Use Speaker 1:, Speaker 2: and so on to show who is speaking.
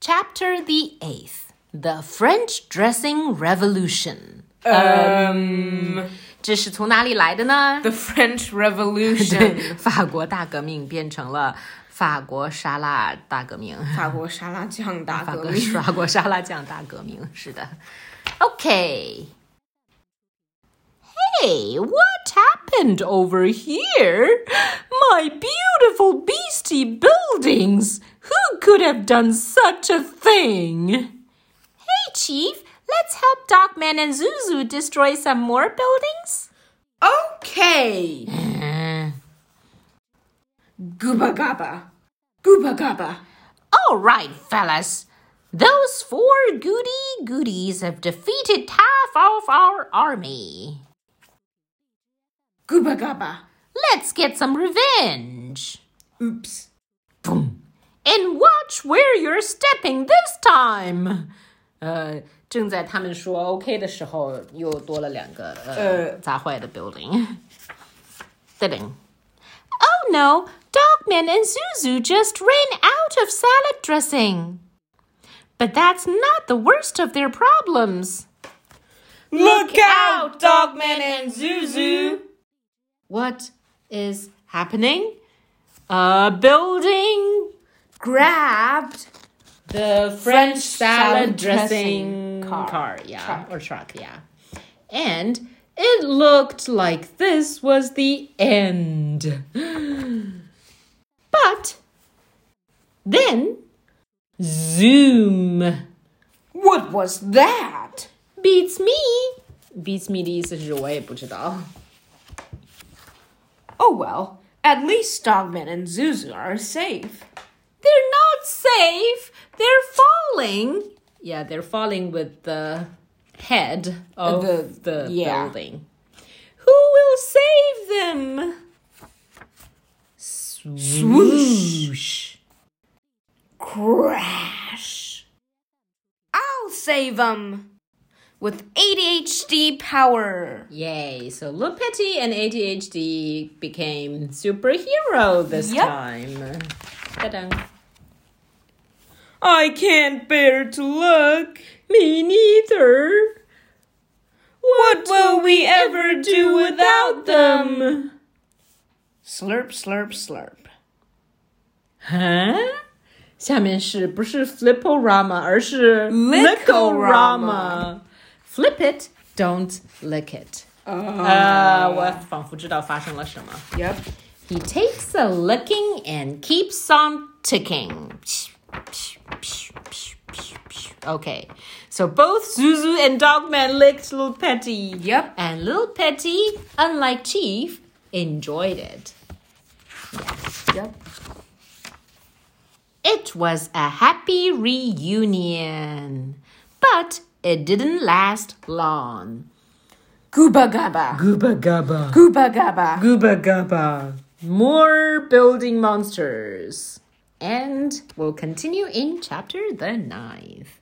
Speaker 1: Chapter the Eighth The French Dressing Revolution.
Speaker 2: Um,
Speaker 1: 这是从哪里来的呢？
Speaker 2: the French Revolution.
Speaker 1: 法国大革命变成了法国沙拉大革命，法 国
Speaker 2: 法国沙拉酱大革命。
Speaker 1: 法国沙拉酱大革命。是的，OK。Hey, what happened over here? My beautiful beastie buildings! Who could have done such a thing? Hey, Chief, let's help Dogman and Zuzu destroy some more buildings. Uh.
Speaker 2: Okay. Gooba gaba. Gooba gaba.
Speaker 1: All right, fellas. Those four goody goodies have defeated half of our army.
Speaker 2: Gooba gaba.
Speaker 1: Let's get some revenge.
Speaker 2: Oops.
Speaker 1: Boom. And watch where you're stepping this time. Uh, 呃，正在他们说 OK
Speaker 2: 呃。
Speaker 1: 的时候，又多了两个呃砸坏的 building。Ding. Oh no! Dogman and Zuzu just ran out of salad dressing. But that's not the worst of their problems.
Speaker 2: Look out, Dogman and Zuzu.
Speaker 1: What is happening? A building
Speaker 2: Grabbed.
Speaker 1: the French salad
Speaker 2: salad
Speaker 1: dressing,
Speaker 2: dressing
Speaker 1: car,
Speaker 2: car.
Speaker 1: yeah,
Speaker 2: Truck.
Speaker 1: or truck, yeah. And it looked like this was the end. But then, zoom
Speaker 2: What was that?
Speaker 1: beats me. Beats me 的意思是我也不知道。
Speaker 2: Oh well. At least Dogman and Zuzu are safe.
Speaker 1: They're not safe. They're falling. Yeah, they're falling with the head of the,
Speaker 2: The- yeah.
Speaker 1: building. Who will save them?
Speaker 2: Mm.
Speaker 1: Swoosh.
Speaker 2: Crash. I'll save them. With ADHD power.
Speaker 1: Yay. So Lupetti and ADHD became superhero this
Speaker 2: Yep.
Speaker 1: time. Ta-da.
Speaker 2: I can't bear to look.
Speaker 1: Me neither.
Speaker 2: What will we ever do
Speaker 1: without them?
Speaker 2: Slurp, slurp, slurp.
Speaker 1: 啊，下面是不是 Flipporama，而是
Speaker 2: Lickorama
Speaker 1: Flip it, don't lick it。呃，
Speaker 2: Oh。
Speaker 1: 我仿佛知道发生了什么。
Speaker 2: Yep.
Speaker 1: He takes a licking and keeps on ticking. Okay, so both Zuzu and Dogman licked Little Petty.
Speaker 2: Yep.
Speaker 1: And Little Petty, unlike Chief, enjoyed it.
Speaker 2: Yep.
Speaker 1: It was a happy reunion, but it didn't last long.
Speaker 2: Gooba gaba.
Speaker 1: Gooba gaba.
Speaker 2: Gooba gaba.
Speaker 1: Gooba gaba. More building monsters. And we'll continue in chapter the ninth.